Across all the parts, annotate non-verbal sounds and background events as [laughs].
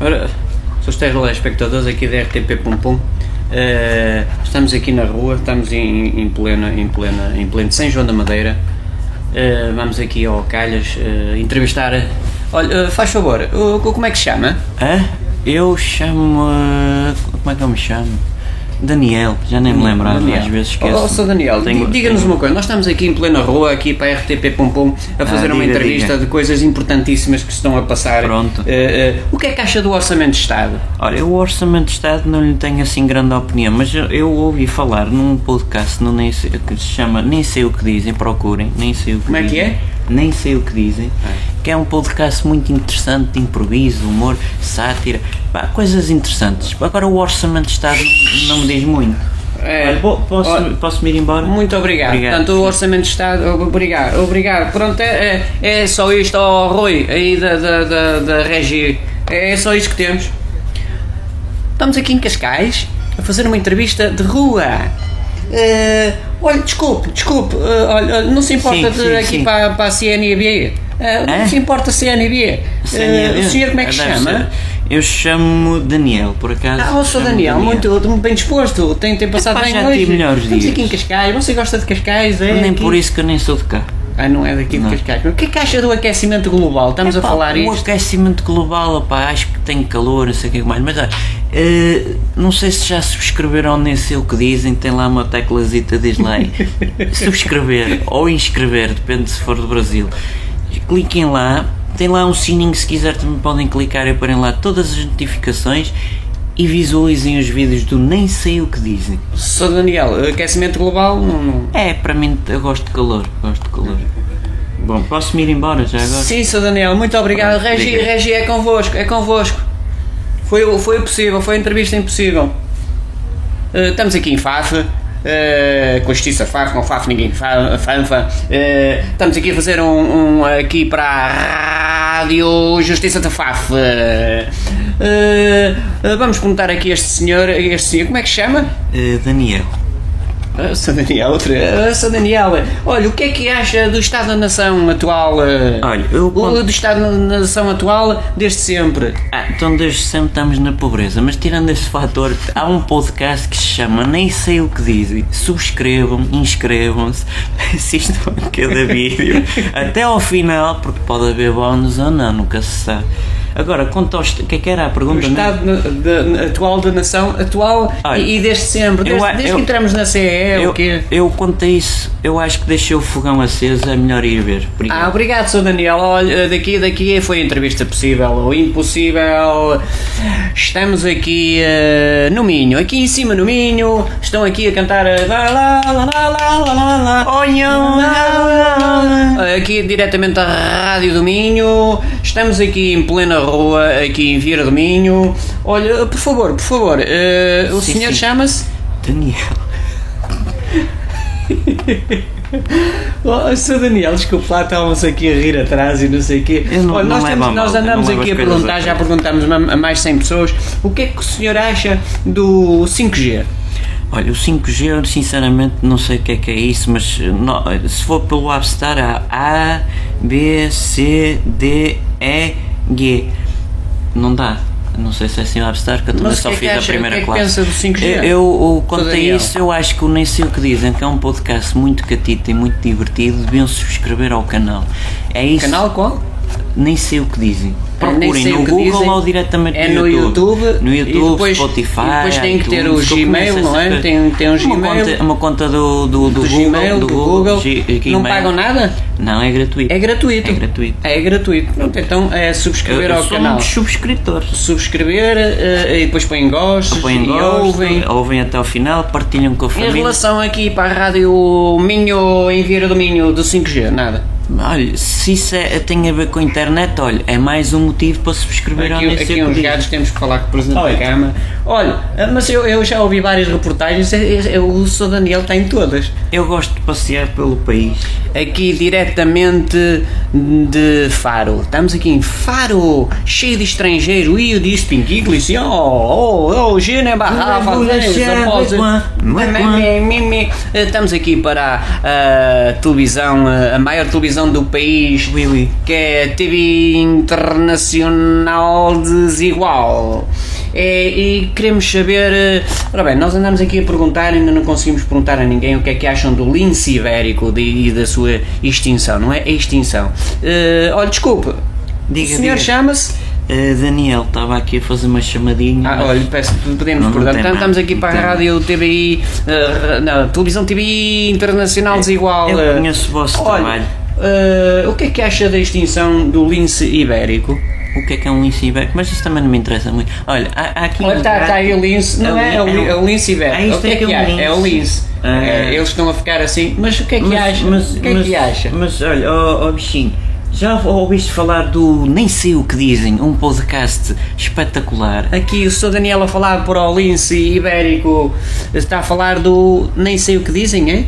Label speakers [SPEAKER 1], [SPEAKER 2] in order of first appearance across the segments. [SPEAKER 1] Ora, seus telespectadores aqui da RTP Pum Pum, eh, estamos aqui na rua, estamos em, em plena, em plena, em pleno São João da Madeira. Eh, vamos aqui ao Calhas eh, entrevistar. Olha, eh, faz favor, o- o- como é que se chama?
[SPEAKER 2] Hã? Eu chamo. eh, Como é que eu me chamo? Daniel, já nem me lembro,
[SPEAKER 1] Daniel.
[SPEAKER 2] às vezes esqueço.
[SPEAKER 1] Oh, Sr. Daniel,
[SPEAKER 2] Tenho-
[SPEAKER 1] di- diga-nos
[SPEAKER 2] tenho- Ah,
[SPEAKER 1] uma coisa, nós estamos aqui em plena rua, aqui para a RTP Pum Pum, a fazer uma
[SPEAKER 2] diga,
[SPEAKER 1] entrevista
[SPEAKER 2] diga.
[SPEAKER 1] de coisas importantíssimas que se estão a passar.
[SPEAKER 2] Pronto.
[SPEAKER 1] Eh, eh, o que é que acha do Orçamento de Estado?
[SPEAKER 2] Olha, eu o Orçamento de Estado não lhe tenho assim grande opinião, mas eu, eu ouvi falar num podcast não nem sei- que se chama Nem Sei O Que Dizem, procurem, nem sei o que
[SPEAKER 1] Como é que
[SPEAKER 2] dizem.
[SPEAKER 1] é?
[SPEAKER 2] Nem sei o que dizem. Que é um podcast muito interessante de improviso, humor, sátira, pá, coisas interessantes. Agora o Orçamento de Estado não, não me diz muito.
[SPEAKER 1] É.
[SPEAKER 2] Olha, po-
[SPEAKER 1] Olha,
[SPEAKER 2] posso, posso me ir embora?
[SPEAKER 1] Muito obrigado.
[SPEAKER 2] Obrigado.
[SPEAKER 1] Portanto, o Orçamento de Estado. Obrigado, obrigado. Pronto, é, é, é só isto, ó Rui, aí da, da, da, da Regi. É só isto que temos. Estamos aqui em Cascais a fazer uma entrevista de rua. Eh, olha, desculpe, desculpe, eh, olha, olha, não se importa
[SPEAKER 2] Sim,
[SPEAKER 1] de
[SPEAKER 2] sim,
[SPEAKER 1] aqui
[SPEAKER 2] sim.
[SPEAKER 1] para, para a CNB. Eh, não
[SPEAKER 2] Hã?
[SPEAKER 1] se importa CNB. Eh,
[SPEAKER 2] Senhor,
[SPEAKER 1] o senhor como é que se
[SPEAKER 2] Ah, deve
[SPEAKER 1] chama?
[SPEAKER 2] ser. Eu chamo Daniel, por acaso.
[SPEAKER 1] Ah, o Sr.
[SPEAKER 2] chamo
[SPEAKER 1] Daniel, muito, muito bem disposto, tem, tem passado
[SPEAKER 2] Epá,
[SPEAKER 1] bem
[SPEAKER 2] já
[SPEAKER 1] hoje.
[SPEAKER 2] tive melhores
[SPEAKER 1] Estamos
[SPEAKER 2] dias.
[SPEAKER 1] aqui em Cascais, você gosta de Cascais, é?
[SPEAKER 2] Nem
[SPEAKER 1] aqui?
[SPEAKER 2] por isso que eu nem sou de cá.
[SPEAKER 1] Ah, não é daqui de
[SPEAKER 2] Não.
[SPEAKER 1] Cascais. Mas O que é que acha do aquecimento global? Estamos
[SPEAKER 2] Epá,
[SPEAKER 1] a falar
[SPEAKER 2] o
[SPEAKER 1] isto.
[SPEAKER 2] aquecimento global, opá, acho que tem calor, não sei o que mais, mas olha, eh, não sei se já subscreveram nem sei o que dizem, tem lá uma teclazita, diz lá
[SPEAKER 1] [laughs]
[SPEAKER 2] aí, subscrever ou inscrever, depende se for do Brasil. Cliquem lá, tem lá um sininho, se quiser também podem clicar e porem lá todas as notificações e visualizem os vídeos do nem sei o que dizem.
[SPEAKER 1] Sou Daniel, aquecimento global não. não-
[SPEAKER 2] É, para mim eu gosto de calor, gosto de calor. Bom, posso me ir embora já agora?
[SPEAKER 1] Sim, sou Daniel, muito obrigado.
[SPEAKER 2] Pronto,
[SPEAKER 1] Regi,
[SPEAKER 2] diga.
[SPEAKER 1] Regi, é convosco, é convosco. Foi, o- foi o possível, foi a entrevista impossível. Eh, estamos aqui em FAF. eh, com a justiça FAF, com FAF ninguém fa- fanfa. Eh, estamos aqui a fazer um, um aqui para a Rádio Justiça da FAF. Eh, eh, vamos perguntar aqui a este senhor, a este senhor, como é que se chama?
[SPEAKER 2] Eh, Daniel.
[SPEAKER 1] Ah, São Daniel, outra. Ah, São Daniel, olha, o que é que acha do Estado da Nação atual? eh?
[SPEAKER 2] Olha, eu
[SPEAKER 1] O-
[SPEAKER 2] quando-
[SPEAKER 1] Do Estado da Nação atual desde sempre.
[SPEAKER 2] Ah, então desde sempre estamos na pobreza, mas tirando esse fator, há um podcast que se chama Nem Sei O Que Dizem. Subscrevam, inscrevam-se, [laughs] assistam a cada vídeo,
[SPEAKER 1] [laughs]
[SPEAKER 2] até ao final, porque pode haver bónus ou não, nunca se sabe. Agora, quanto ao. est- O que é que era a
[SPEAKER 1] O
[SPEAKER 2] pergunta? né?
[SPEAKER 1] Estado na- da- atual da Nação atual
[SPEAKER 2] Olha,
[SPEAKER 1] e, e desde sempre.
[SPEAKER 2] eu
[SPEAKER 1] Desde,
[SPEAKER 2] a-
[SPEAKER 1] desde
[SPEAKER 2] eu-
[SPEAKER 1] que entramos na CE, é o
[SPEAKER 2] Eu,
[SPEAKER 1] quê?
[SPEAKER 2] eu quanto a isso, eu acho que deixei o fogão aceso, é melhor ir ver. Obrigado.
[SPEAKER 1] Ah, obrigado, Sr. Daniel. Olha, daqui, daqui foi a entrevista possível ou impossível. Estamos aqui eh, no Minho, aqui em cima no Minho. Estão aqui a cantar. eh, lá, lá, lá, lá, lá, lá, lá, lá. Aqui diretamente da Rádio do Minho. Estamos aqui em plena rua, aqui em Vieira do Minho. Olha, por favor, por favor, eh, o
[SPEAKER 2] Sim,
[SPEAKER 1] senhor
[SPEAKER 2] sim.
[SPEAKER 1] chama-se.
[SPEAKER 2] Daniel.
[SPEAKER 1] Oh, Sr. Daniel, desculpe lá, estávamos aqui a rir atrás e não é sei o quê.
[SPEAKER 2] Eu não-
[SPEAKER 1] Olha, nós,
[SPEAKER 2] não levo
[SPEAKER 1] temos-
[SPEAKER 2] a mal,
[SPEAKER 1] nós
[SPEAKER 2] eu
[SPEAKER 1] andamos
[SPEAKER 2] não levo
[SPEAKER 1] aqui a
[SPEAKER 2] as coisas
[SPEAKER 1] perguntar,
[SPEAKER 2] a
[SPEAKER 1] já
[SPEAKER 2] sério.
[SPEAKER 1] perguntamos a, a mais 100 pessoas, o que é que o senhor acha do 5G?
[SPEAKER 2] Olha, o 5G, eu sinceramente não sei o que é que é isso, mas eh, nó- se for pelo App Store, há A, B, C, D, E, G. Não dá. Não sei se é assim o App Store, que eu também
[SPEAKER 1] Mas o
[SPEAKER 2] só
[SPEAKER 1] que é que
[SPEAKER 2] fiz a
[SPEAKER 1] acha- o
[SPEAKER 2] primeira
[SPEAKER 1] que é que
[SPEAKER 2] classe.
[SPEAKER 1] pensa do 5G?
[SPEAKER 2] Eu, eu o- quanto a
[SPEAKER 1] Daniel.
[SPEAKER 2] isso, eu acho que o Nem Sei O Que Dizem, que é um podcast muito catito e muito divertido, deviam subscrever ao canal. É isso.
[SPEAKER 1] Canal qual?
[SPEAKER 2] Nem sei o que dizem.
[SPEAKER 1] Ah, nem
[SPEAKER 2] Procurem
[SPEAKER 1] sei o
[SPEAKER 2] no
[SPEAKER 1] que
[SPEAKER 2] Google
[SPEAKER 1] dizem.
[SPEAKER 2] ou diretamente
[SPEAKER 1] É
[SPEAKER 2] no
[SPEAKER 1] no
[SPEAKER 2] YouTube.
[SPEAKER 1] YouTube,
[SPEAKER 2] No
[SPEAKER 1] e
[SPEAKER 2] YouTube,
[SPEAKER 1] depois-
[SPEAKER 2] Spotify.
[SPEAKER 1] e depois tem que ter o
[SPEAKER 2] iTunes, que eu
[SPEAKER 1] Gmail,
[SPEAKER 2] conheço
[SPEAKER 1] não é?
[SPEAKER 2] essas
[SPEAKER 1] Tem- tem um
[SPEAKER 2] coisas. uma
[SPEAKER 1] Gmail.
[SPEAKER 2] Conta, uma conta do, do, do
[SPEAKER 1] Do
[SPEAKER 2] Google,
[SPEAKER 1] Gmail, do Google.
[SPEAKER 2] G-
[SPEAKER 1] Não
[SPEAKER 2] Gmail.
[SPEAKER 1] pagam nada?
[SPEAKER 2] Não, é gratuito.
[SPEAKER 1] É gratuito.
[SPEAKER 2] É gratuito.
[SPEAKER 1] É gratuito. Pronto, então é
[SPEAKER 2] Eu,
[SPEAKER 1] subscrever
[SPEAKER 2] eu
[SPEAKER 1] ao
[SPEAKER 2] sou um
[SPEAKER 1] canal.
[SPEAKER 2] dos subscritores.
[SPEAKER 1] Subscrever eh, e depois põem gostos
[SPEAKER 2] Põem
[SPEAKER 1] e
[SPEAKER 2] gosto,
[SPEAKER 1] ouvem.
[SPEAKER 2] ouvem até ao final, partilham com a
[SPEAKER 1] Em
[SPEAKER 2] família.
[SPEAKER 1] relação aqui para a Rádio Minho, em Vieira do Minho, do 5G, nada.
[SPEAKER 2] Olha, se isso é- tem a ver com a internet, olha, é mais um motivo para subscrever ao
[SPEAKER 1] Aqui, um-
[SPEAKER 2] Nem Sei
[SPEAKER 1] aqui
[SPEAKER 2] O Que
[SPEAKER 1] uns
[SPEAKER 2] Dizem.
[SPEAKER 1] gatos temos que falar com o Presidente
[SPEAKER 2] Olha.
[SPEAKER 1] da Câmara. Olha, mas eu, eu já ouvi várias reportagens, eu- eu- o Sr. Daniel está em todas.
[SPEAKER 2] Eu gosto de passear pelo país.
[SPEAKER 1] Aqui diretamente de Faro. Estamos aqui em Faro, cheio de estrangeiro. E o disse Pink English, oh, oh, oh, Gina Barra,
[SPEAKER 2] Uma bolacha, muecua,
[SPEAKER 1] é
[SPEAKER 2] muecua.
[SPEAKER 1] Estamos aqui para a televisão, eh, a maior televisão televisão do país
[SPEAKER 2] Oui, oui.
[SPEAKER 1] que é TV Internacional Desigual. É, e queremos saber. eh, Ora bem, nós andamos aqui a perguntar, ainda não conseguimos perguntar a ninguém o que é que acham do lince ibérico de- e da sua extinção, não é? A extinção. Eh, olha, desculpe.
[SPEAKER 2] Diga,
[SPEAKER 1] o senhor
[SPEAKER 2] diga.
[SPEAKER 1] chama-se.
[SPEAKER 2] Uh, Daniel, estava aqui a fazer uma chamadinha.
[SPEAKER 1] Ah,
[SPEAKER 2] mas-
[SPEAKER 1] olha, peço, pedimos
[SPEAKER 2] Não,
[SPEAKER 1] perdão.
[SPEAKER 2] não tem
[SPEAKER 1] Então,
[SPEAKER 2] mal,
[SPEAKER 1] Estamos aqui
[SPEAKER 2] não
[SPEAKER 1] para
[SPEAKER 2] tem
[SPEAKER 1] a rádio TBI. eh, não, Televisão TBI Internacional Desigual.
[SPEAKER 2] É, eu
[SPEAKER 1] eh,
[SPEAKER 2] conheço o vosso
[SPEAKER 1] olha,
[SPEAKER 2] trabalho.
[SPEAKER 1] eh, o que é que acha da extinção do lince ibérico?
[SPEAKER 2] O que é que é um lince ibérico? Mas isso também não me interessa muito. Olha, há, há aqui. um
[SPEAKER 1] Olha, está
[SPEAKER 2] gato-
[SPEAKER 1] tá aí o lince. Não é,
[SPEAKER 2] É
[SPEAKER 1] o
[SPEAKER 2] o-
[SPEAKER 1] li- é o lince
[SPEAKER 2] Ah,
[SPEAKER 1] ibérico.
[SPEAKER 2] isto
[SPEAKER 1] o que é
[SPEAKER 2] é
[SPEAKER 1] que
[SPEAKER 2] que é um
[SPEAKER 1] acha? É o
[SPEAKER 2] lince.
[SPEAKER 1] lince.
[SPEAKER 2] Ah.
[SPEAKER 1] É, eles estão a ficar assim. Mas o que é que acha? o que é
[SPEAKER 2] mas-
[SPEAKER 1] que acha?
[SPEAKER 2] Mas olha, ó ó bichinho, já ouviste falar do Nem Sei O Que Dizem, um podcast espetacular.
[SPEAKER 1] Aqui o Sr. Daniel a falar por o lince ibérico. Está a falar do. Nem sei o que dizem, é?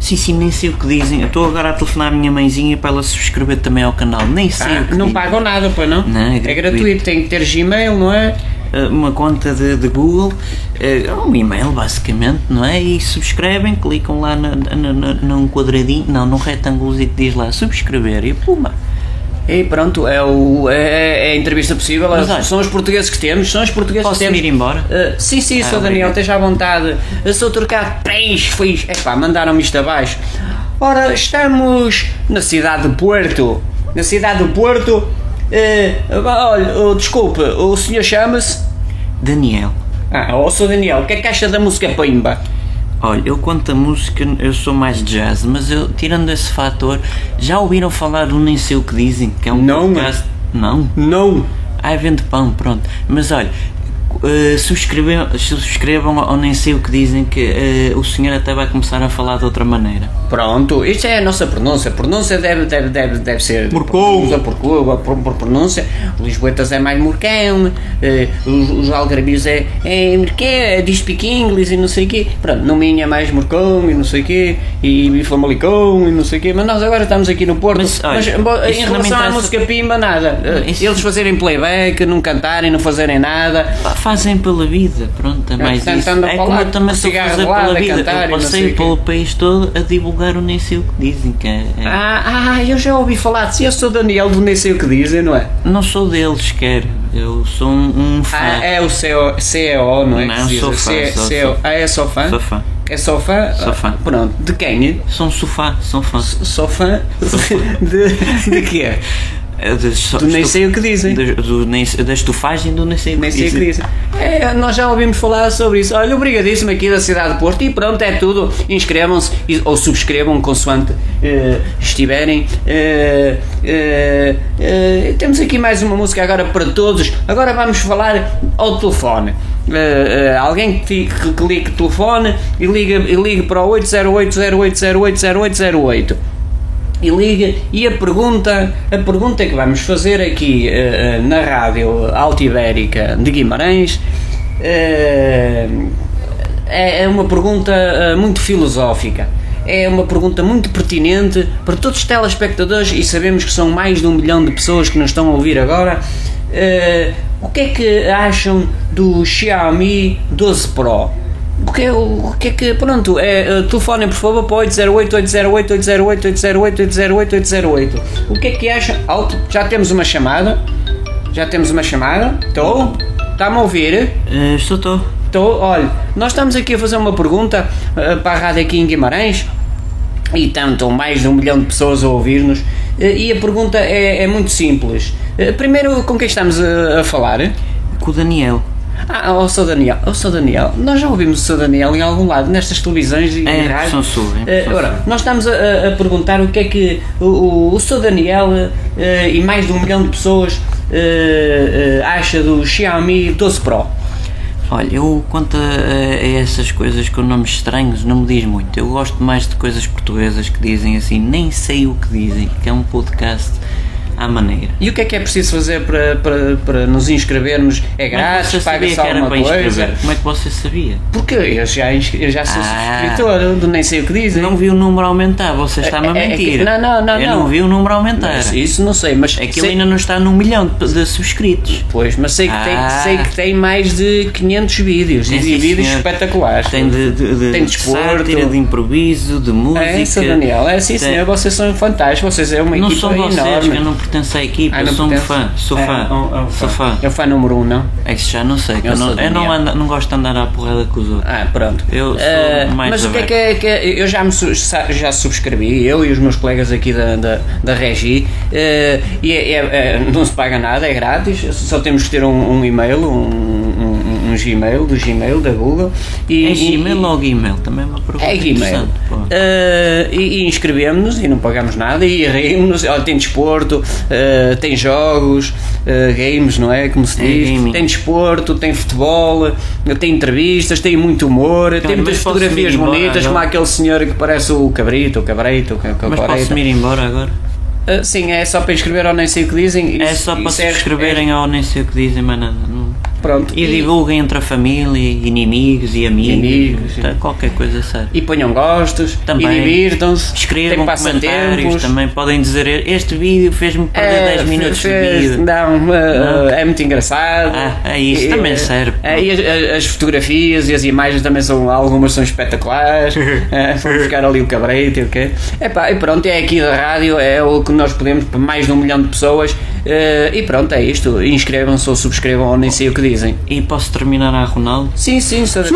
[SPEAKER 2] Sim, sim, nem sei o que dizem. Eu estou agora a telefonar à minha mãezinha para ela se subscrever também ao canal. Nem sei
[SPEAKER 1] Ah,
[SPEAKER 2] o que
[SPEAKER 1] não
[SPEAKER 2] dizem.
[SPEAKER 1] pagam nada, pois não?
[SPEAKER 2] Não, é
[SPEAKER 1] é
[SPEAKER 2] gratuito.
[SPEAKER 1] gratuito, tem que ter Gmail, não é?
[SPEAKER 2] Eh, Uma conta de, de Google, eh, um e-mail basicamente, não é? E subscrevem, clicam lá na, na- na- num quadradinho, não, num retângulo que diz lá subscrever e puma.
[SPEAKER 1] E pronto, é, o, é, é- é a entrevista possível.
[SPEAKER 2] Mas olha-
[SPEAKER 1] são os portugueses que temos, são os portugueses
[SPEAKER 2] Posso
[SPEAKER 1] que temos.
[SPEAKER 2] ir embora?
[SPEAKER 1] Ah, sim, sim, Sr. Daniel,
[SPEAKER 2] obrigado.
[SPEAKER 1] esteja à vontade. Eu sou trocado três fez. Epá, mandaram-me isto abaixo. Ora, estamos na cidade de Porto. Na cidade de Porto. eh, olha, oh, desculpe, o senhor chama-se.
[SPEAKER 2] Daniel,
[SPEAKER 1] Ah, o Sr. Daniel, o que é que acha da música Pimba?
[SPEAKER 2] Olha, eu quanto a música, eu sou mais jazz, mas eu, tirando esse fator, já ouviram falar do Nem Sei O Que Dizem? Que é um
[SPEAKER 1] Não,
[SPEAKER 2] podcast... Não?
[SPEAKER 1] Não.
[SPEAKER 2] Ai, vende pão, pronto. Mas olha, eh, subscrevam, subscrevam ou Nem Sei O Que Dizem, que eh, o senhor até vai começar a falar de outra maneira.
[SPEAKER 1] Pronto, isto é a nossa pronúncia. A pronúncia deve, deve, deve, deve ser.
[SPEAKER 2] Morcão.
[SPEAKER 1] Usa por Cuba, por, por pronúncia. Os Lisboetas é mais morcão, eh, os, os Algarbios é. é morquê, diz speak English e não sei o quê. Pronto, no Minho é mais morcão e não sei o quê, e, e Famalicão e não sei o quê. Mas nós agora estamos aqui no Porto.
[SPEAKER 2] Mas, olha,
[SPEAKER 1] bo- em
[SPEAKER 2] isso não me
[SPEAKER 1] relação à
[SPEAKER 2] interessa.
[SPEAKER 1] música Pimba, nada. Eh,
[SPEAKER 2] Isso-
[SPEAKER 1] Eles fazerem playback, não cantarem, não fazerem nada.
[SPEAKER 2] Pá, Fazem pela vida, pronto, é mais
[SPEAKER 1] portanto,
[SPEAKER 2] isso.
[SPEAKER 1] andam
[SPEAKER 2] É
[SPEAKER 1] para
[SPEAKER 2] como
[SPEAKER 1] lá,
[SPEAKER 2] eu também sou
[SPEAKER 1] cigarro
[SPEAKER 2] fazer
[SPEAKER 1] de lado,
[SPEAKER 2] pela
[SPEAKER 1] a
[SPEAKER 2] vida.
[SPEAKER 1] cantar e
[SPEAKER 2] Eu
[SPEAKER 1] não sei o
[SPEAKER 2] passei
[SPEAKER 1] quê.
[SPEAKER 2] pelo país todo a divulgar o Nem Sei O Que Dizem, que é... é-
[SPEAKER 1] Ah, ah, eu já ouvi falar disso. Eu sou Daniel do Nem sei o que dizem, não é?
[SPEAKER 2] Não sou deles, quer. Eu sou um, um fã.
[SPEAKER 1] Ah, é o CEO, CEO não é?
[SPEAKER 2] Não,
[SPEAKER 1] que se diz?
[SPEAKER 2] sou fã,
[SPEAKER 1] CEO,
[SPEAKER 2] sou-
[SPEAKER 1] CEO.
[SPEAKER 2] sou-
[SPEAKER 1] Ah, é só fã?
[SPEAKER 2] Sou fã.
[SPEAKER 1] É só fã?
[SPEAKER 2] Sou
[SPEAKER 1] Ah,
[SPEAKER 2] fã.
[SPEAKER 1] Pronto, de quem?
[SPEAKER 2] São sofá, são fã.
[SPEAKER 1] Sou fã de, de quê?
[SPEAKER 2] É de- so-
[SPEAKER 1] Tu nem
[SPEAKER 2] estu-
[SPEAKER 1] sei o que dizem.
[SPEAKER 2] de- do- nem- da estufagem do nem sei o
[SPEAKER 1] Nem
[SPEAKER 2] que
[SPEAKER 1] sei o que
[SPEAKER 2] dizem.
[SPEAKER 1] dizem. É, nós já ouvimos falar sobre isso. Olha, obrigadíssimo aqui da cidade de Porto. E pronto, é tudo. Inscrevam-se e- ou subscrevam, consoante eh, estiverem. Eh, eh, eh, temos aqui mais uma música agora para todos. Agora vamos falar ao telefone. Eh, eh, alguém que, fi- que clique telefone e liga, e liga para o 808-0808-080808 e liga e a pergunta a pergunta que vamos fazer aqui eh, eh, na rádio Altibérica de Guimarães eh, é, é uma pergunta eh, muito filosófica é uma pergunta muito pertinente para todos os telespectadores e sabemos que são mais de um milhão de pessoas que nos estão a ouvir agora Eh, o que é que acham do Xiaomi 12 Pro o que, é, o que é que. Pronto, é, eh, telefonem por favor para 808 808 808 808 808 808. O que é que acham? Alto, já temos uma chamada. Já temos uma chamada. Estou? Está-me a ouvir?
[SPEAKER 2] Eh, estou, estou.
[SPEAKER 1] Estou? Olha, nós estamos aqui a fazer uma pergunta eh, para a rádio aqui em Guimarães e tanto mais de um milhão de pessoas a ouvir-nos. eh, e a pergunta é, é muito simples. Eh, primeiro, com quem estamos eh, a, a falar?
[SPEAKER 2] Com o Daniel.
[SPEAKER 1] Ah, o Sr. Daniel, o Sr. Daniel, nós já ouvimos o Sr. Daniel em algum lado, nestas televisões e
[SPEAKER 2] É,
[SPEAKER 1] e rádio.
[SPEAKER 2] impressão sua, é
[SPEAKER 1] Eh,
[SPEAKER 2] impressão
[SPEAKER 1] ora,
[SPEAKER 2] sua.
[SPEAKER 1] nós estamos a- a, a perguntar o que é que o, o, o Sr. Daniel eh, e mais de um milhão de pessoas eh, eh, acha do Xiaomi 12 Pro.
[SPEAKER 2] Olha, eu quanto a, a essas coisas com nomes estranhos não me diz muito. Eu gosto mais de coisas portuguesas que dizem assim, nem sei o que dizem, que é um podcast à maneira.
[SPEAKER 1] E o que é que é preciso fazer para, para, para nos inscrevermos? É
[SPEAKER 2] Como é que você
[SPEAKER 1] grátis?
[SPEAKER 2] sabia
[SPEAKER 1] Paga-se
[SPEAKER 2] que era
[SPEAKER 1] alguma
[SPEAKER 2] para
[SPEAKER 1] coisa?
[SPEAKER 2] inscrever? Como é que você sabia?
[SPEAKER 1] Porque eu já, ins- eu já sou
[SPEAKER 2] Ah.
[SPEAKER 1] subscritor, do nem sei o que dizem.
[SPEAKER 2] Não vi o número aumentar, você está-me a
[SPEAKER 1] é- é que-
[SPEAKER 2] mentir.
[SPEAKER 1] não, não, não,
[SPEAKER 2] Eu não
[SPEAKER 1] não.
[SPEAKER 2] vi o número aumentar.
[SPEAKER 1] Mas Isso não sei, mas
[SPEAKER 2] Aquilo
[SPEAKER 1] sei,
[SPEAKER 2] ainda não está num milhão de, de subscritos.
[SPEAKER 1] pois, mas sei que,
[SPEAKER 2] Ah.
[SPEAKER 1] tem, sei que tem mais de 500 vídeos
[SPEAKER 2] Tem,
[SPEAKER 1] e
[SPEAKER 2] sim,
[SPEAKER 1] vídeos
[SPEAKER 2] senhor.
[SPEAKER 1] espetaculares.
[SPEAKER 2] Tem de, de, de,
[SPEAKER 1] Tem de
[SPEAKER 2] sátira,
[SPEAKER 1] desporto.
[SPEAKER 2] de improviso, de música.
[SPEAKER 1] é isso, Daniel. É sim,
[SPEAKER 2] Tem-
[SPEAKER 1] senhor. Vocês são fantásticos. Vocês é uma
[SPEAKER 2] Não
[SPEAKER 1] equipa
[SPEAKER 2] são vocês,
[SPEAKER 1] enorme.
[SPEAKER 2] que eu não pertenço à equipa,
[SPEAKER 1] Ah,
[SPEAKER 2] eu
[SPEAKER 1] não
[SPEAKER 2] sou um
[SPEAKER 1] pertence?
[SPEAKER 2] fã, sou
[SPEAKER 1] É,
[SPEAKER 2] fã,
[SPEAKER 1] é um- é um
[SPEAKER 2] sou fã.
[SPEAKER 1] É o fã número um, não?
[SPEAKER 2] É que já não sei, que
[SPEAKER 1] Eu
[SPEAKER 2] eu, não,
[SPEAKER 1] sou
[SPEAKER 2] eu não,
[SPEAKER 1] Daniel.
[SPEAKER 2] ando- não gosto de andar à porrada com os outros.
[SPEAKER 1] Ah, pronto.
[SPEAKER 2] Eu sou
[SPEAKER 1] Eh,
[SPEAKER 2] mais
[SPEAKER 1] mas o que é
[SPEAKER 2] aberto.
[SPEAKER 1] que é que é- eu já me su- sa- já subscrevi, eu e os meus colegas aqui da, da, da Regi, eh, e é- é- é- não se paga nada, é grátis, só temos que ter um, um e-mail, um, um, um Gmail, do Gmail, da Google. E,
[SPEAKER 2] É
[SPEAKER 1] e-
[SPEAKER 2] Gmail ou Gmail? Também é uma pergunta
[SPEAKER 1] É Gmail.
[SPEAKER 2] interessante. pô.
[SPEAKER 1] Eh, e e inscrevemos-nos e não pagamos nada e rimos-nos. Olha, tem desporto, eh, tem jogos, eh, games, não é? Como se
[SPEAKER 2] É
[SPEAKER 1] diz.
[SPEAKER 2] gaming.
[SPEAKER 1] tem desporto, tem futebol, eh, tem entrevistas, tem muito humor, tem muitas
[SPEAKER 2] mas posso ir
[SPEAKER 1] fotografias
[SPEAKER 2] embora,
[SPEAKER 1] bonitas,
[SPEAKER 2] não?
[SPEAKER 1] como aquele senhor que parece o Cabrito, o Cabreito, o Ca-
[SPEAKER 2] Mas
[SPEAKER 1] Cabreta.
[SPEAKER 2] posso-me ir embora agora?
[SPEAKER 1] Eh, sim, é só para inscrever ou nem sei o que dizem.
[SPEAKER 2] É
[SPEAKER 1] Isso-
[SPEAKER 2] só para
[SPEAKER 1] isso
[SPEAKER 2] se inscreverem ou nem sei o que dizem, mas nada. não-
[SPEAKER 1] é- pronto.
[SPEAKER 2] E divulguem entre a família, inimigos e amigos,
[SPEAKER 1] Inimigos,
[SPEAKER 2] tá, qualquer coisa séria.
[SPEAKER 1] e ponham gostos,
[SPEAKER 2] Também.
[SPEAKER 1] e divirtam-se, tem
[SPEAKER 2] Escrevam
[SPEAKER 1] passatempos.
[SPEAKER 2] comentários, também podem dizer este vídeo fez-me perder 10
[SPEAKER 1] É, fe-
[SPEAKER 2] minutos
[SPEAKER 1] fez-
[SPEAKER 2] de vídeo.
[SPEAKER 1] Não, eh, eh, é muito engraçado.
[SPEAKER 2] Ah, é isso, também serve.
[SPEAKER 1] eh, e as, as- as fotografias e as imagens também são, algumas são
[SPEAKER 2] [laughs]
[SPEAKER 1] espetaculares. Eh, Fui buscar ali o cabreito e o quê. Epá, e pronto, é aqui da rádio, é o que nós podemos para mais de um milhão de pessoas. eh, e pronto, é isto. Inscrevam-se ou subscrevam ou nem sei o que dizem.
[SPEAKER 2] E posso terminar a Ronaldo?
[SPEAKER 1] Sim, sim, senhor.